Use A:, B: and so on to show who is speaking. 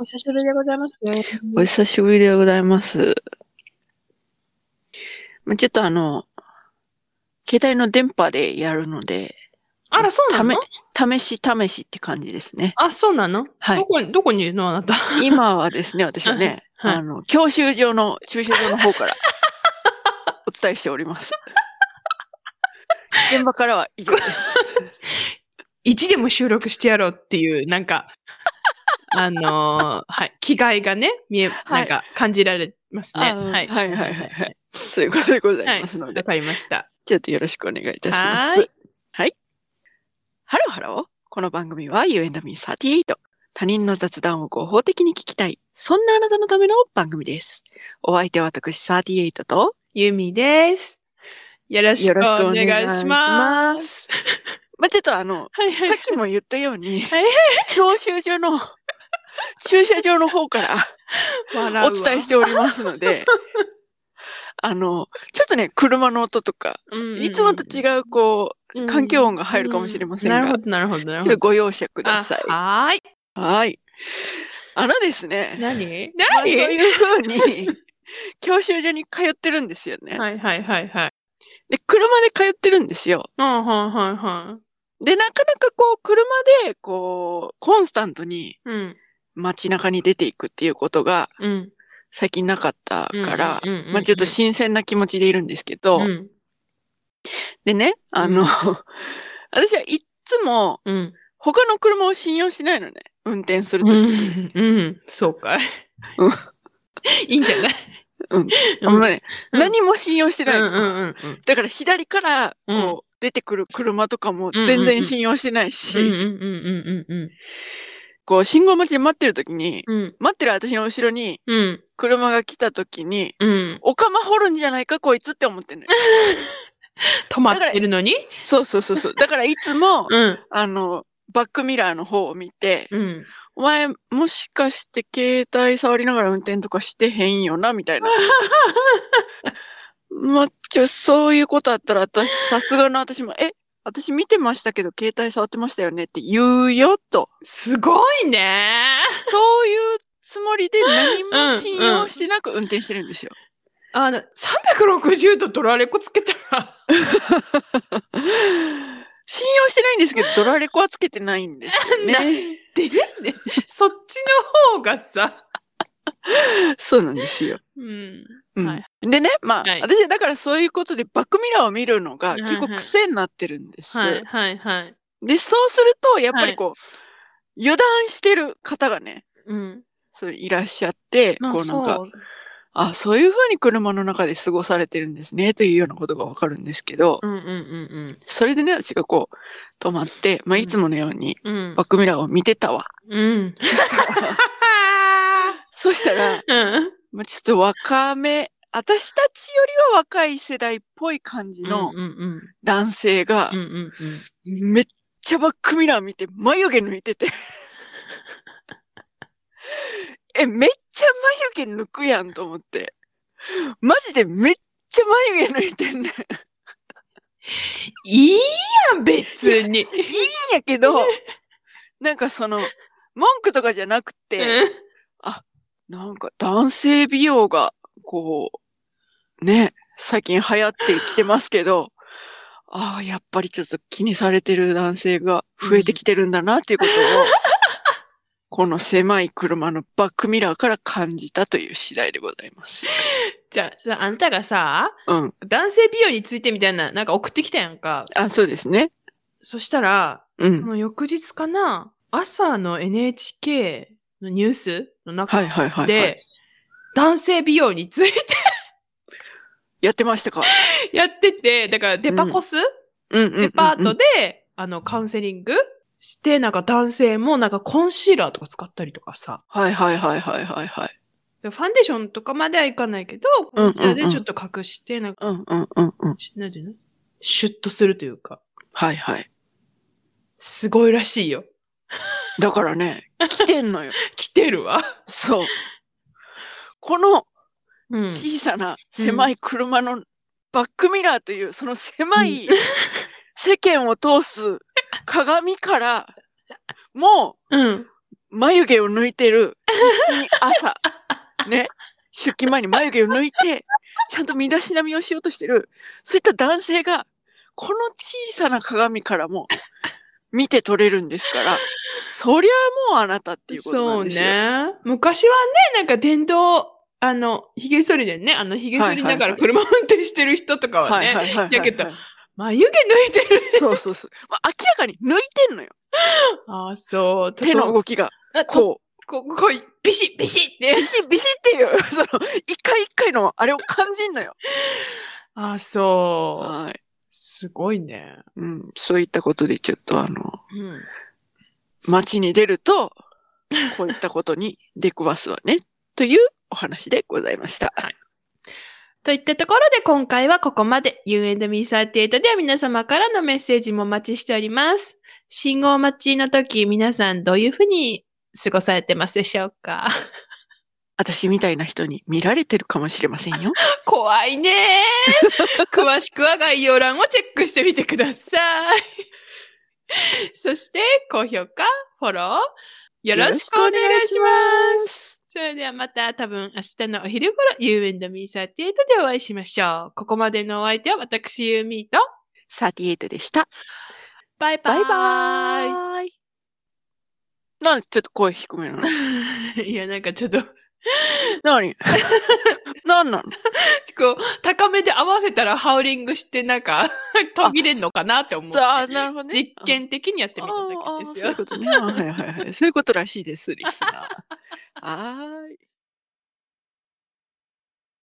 A: お久しぶりでございます。
B: お久しぶりでございます。まあ、ちょっとあの、携帯の電波でやるので、
A: あら、そうなの
B: 試し試しって感じで すね。
A: あ、そうなの
B: はい
A: どこに、どこにいるのあなた。
B: 今はですね、私はね、
A: はい
B: あの、教習所の、駐車場の方から、お伝えしており ます。現場からは以 上です。
A: 一でも収録してやろうっていう、なん か、あのーはい、気概がね、見え、
B: はい
A: なんか感じられますね。
B: あー
A: はい。
B: はいはいはいはい。そういうことでござ
A: はい
B: いますので、
A: わかりました。
B: ちょっとよろしくお願いいたします。
A: はー
B: はいハローハロー。この番組は You and me38。他人の雑談を合法的に聞きたい。そんなあなたのための番組です。お相手は私38と、
A: ゆみです。よろしく
B: よ
A: お
B: ろしくお願
A: 願
B: い
A: い
B: し
A: しま。
B: ますす。 まあ、ちょっとあの、
A: はいはい
B: さっきも言ったように
A: はい、
B: 教習所の、駐車場の方から
A: 笑
B: お
A: うわ
B: 伝えしております ので、あの、ちょっとね、車の音とか、
A: うんうんうん
B: いつもと違う、こ
A: うん
B: う、環境音が入るかもしれませんが、
A: うなるほど、なるほど、なるほ
B: ちょっと
A: ど。
B: ご容赦ください。
A: あはーい。
B: はい。あのですね、
A: 何
B: まあそ
A: 何、
B: ういうふうに、教習所に通ってるんですよね。
A: はいはいはいはい。
B: で、車で通ってるんですよ。
A: うん、はいはいは
B: で、なかなかこう、車で、こう、コンスタントに
A: い。うん。
B: 街中に出ていくっていうことが
A: うん。
B: 最近なかったから、
A: うんうんうんうん
B: まあちょっと新鮮な気持ちでいるんですけど、
A: うん。
B: でね、あ
A: う
B: の、
A: ん
B: 私はいつも
A: うん。
B: 他の車を信用しないのね。運転するとき
A: う
B: に。
A: ん。うん。そうかい。
B: うん
A: いいんじゃない
B: うん
A: う
B: あん
A: ん。
B: まね、
A: うん
B: 何も信用してないの。
A: うんうんうんうん
B: だから左からこう、
A: うん
B: 出てくる車とかも
A: うん
B: 全然信用してないし、
A: うんうんうんうんうん
B: こう信号待ちで待ってる時に、
A: うん
B: 待ってる私の後ろに
A: うん
B: 車が来た時に、
A: うん
B: お釜掘るんじゃないかこいつって思ってん のよ。
A: 止まってるのに
B: そうそうそうそう。だからいつも、
A: うん
B: あの、バックミラーの方を見て、
A: うん
B: お前もしかして携帯触りながら運転とかしてへんよな、みた いな。まあ、ちょ、そういうことあったら私、さすがの私も、え、私見てましたけど携帯触ってましたよねって言うよ、と。
A: すごいね
B: そういうつもりで何
A: うんう
B: も
A: ん
B: 信用してなく運転してるんです よ。
A: あの360度ドラレコつけたら
B: 信用してないんですけど、ドラレコはつけてないんですよ
A: な
B: ね。
A: 出るねそっちの方がさ
B: そうなんですよ。
A: うん
B: うん
A: はい
B: でね、まあ、
A: はい
B: 私だからそういうことでバックミラーを見るのが
A: はい
B: 結構癖になってるんです。
A: はいはいはい
B: で、そうすると、やっぱりこう、油断してる方がね、
A: うん
B: そういらっしゃって、
A: まあ
B: こうな
A: そ
B: んか、あ、そういうふうに車の中で過ごされてるんですね、というようなことがわかるんですけど、
A: うんうんうん
B: それでね、私がこう、止まって、まあ、
A: うん
B: いつものように、
A: うんうん
B: バックミラーを見て たわ。
A: うん
B: そしたらそしたら、
A: うん
B: まあ、ちょっと若め、私たちよりは若い世代っぽい感じの
A: うんうん
B: 男性が
A: うんう、んうんうん
B: めっちゃバックミラー見て、眉毛抜いて て。え、めっちゃ眉毛抜くやんと思って。マジでめっちゃ眉毛抜いてんねん。い
A: いいやん、別に。
B: いんやけど、なんかその、文句とかじゃなくて、なんか男性美容が、こう、ね、最近流行ってきてますけど、ああ、やっぱりちょっと気にされてる男性が増えてきてるんだな、って いうことを、この狭い車のバックミラーから感じたという次第でございます。
A: じゃあ、じゃあ、あんたがさ、
B: うん。
A: 男性美容についてみたいな、なんか送ってきたやんか。
B: あ、そうですね。
A: そしたら、
B: う
A: そ
B: ん。
A: の翌日かな、朝の NHK のニュースの中
B: は
A: で、
B: いはいはい、はい。
A: 男性美容について
B: やってましたか
A: やってて、だからデパコス、
B: うんうんうんうん。
A: デパートで、あの、カウンセリングして、なんか男性もなんかコンシーラーとか使ったりとかさ、
B: はいはいはいはいはいはい。
A: でファンデーションとかまではいかないけど、
B: うんうんうん
A: コンシーラーでちょっと隠して、なんか
B: うんうんうんうん。
A: しなんていうのシュッとするというか、
B: はいはい。
A: すごいらしいよ。
B: だからね、来てんの よ。
A: 来てるわ。
B: そう。この
A: うん
B: 小さな狭い車のバックミラーという、その狭い世間を通す鏡から、も
A: うん。
B: う眉毛を抜いてる必死に 朝、ね、出勤前に眉毛を抜いて、ちゃんと身だしなみをしようとしてる、そういった男性が、この小さな鏡からも見て取れるんですから、そりゃもうあなたっていうことなんですよ。
A: そうね。昔はね、なんか電動、あの、髭剃りでね、あの、髭剃りながら車運転してる人とかはね、
B: いはい
A: ジャケット眉毛抜いてる。
B: そうそうそう。まあ、明らかに抜いてんのよ。
A: ああ、そう。
B: 手の動きが。
A: あこ
B: こ
A: う、こう、こう、ビシッ、ビシッって
B: う、。ビシッビシッっていう、 その、一回一回の、あれを感じんのよ。
A: ああ、そう。
B: はい。
A: すごいね。
B: うん。そういったことで、ちょっとあの、
A: うん。
B: 街に出 ると、こういったことに出くわすわね、というお話でございました。
A: といったところで今回はここまで U&Me38 では皆様からのメッセージもお待ちしております。信号待ちの時皆さんどういうふうに過ごされてますでしょうか
B: 私みたいな人に見られてるかもしれませんよ。
A: 怖い ねー詳しくは概要欄をチェックしてみてください。 そして高評価、フォローよろしくお願いします。
B: す。
A: それではまた多分明日のお昼頃 You and Me38 でお会いしましょう。ここまでのお相手は私ユーミーと
B: 38でした。
A: バイバ
B: バ
A: イ
B: イバーイ。なんでちょっと声低めなの
A: いや、なんかちょっと、こ
B: な になんなの
A: う、高めで合わせたらハウリングして、なんか、 途切れんのかなって思う。
B: あ、なるほどね。
A: 実験的にやってみた
B: あ
A: だけで
B: ーあー
A: す
B: そ
A: よ
B: ういう。ことね。はいはいはい。そういうことらしいです、リスナー。はーい。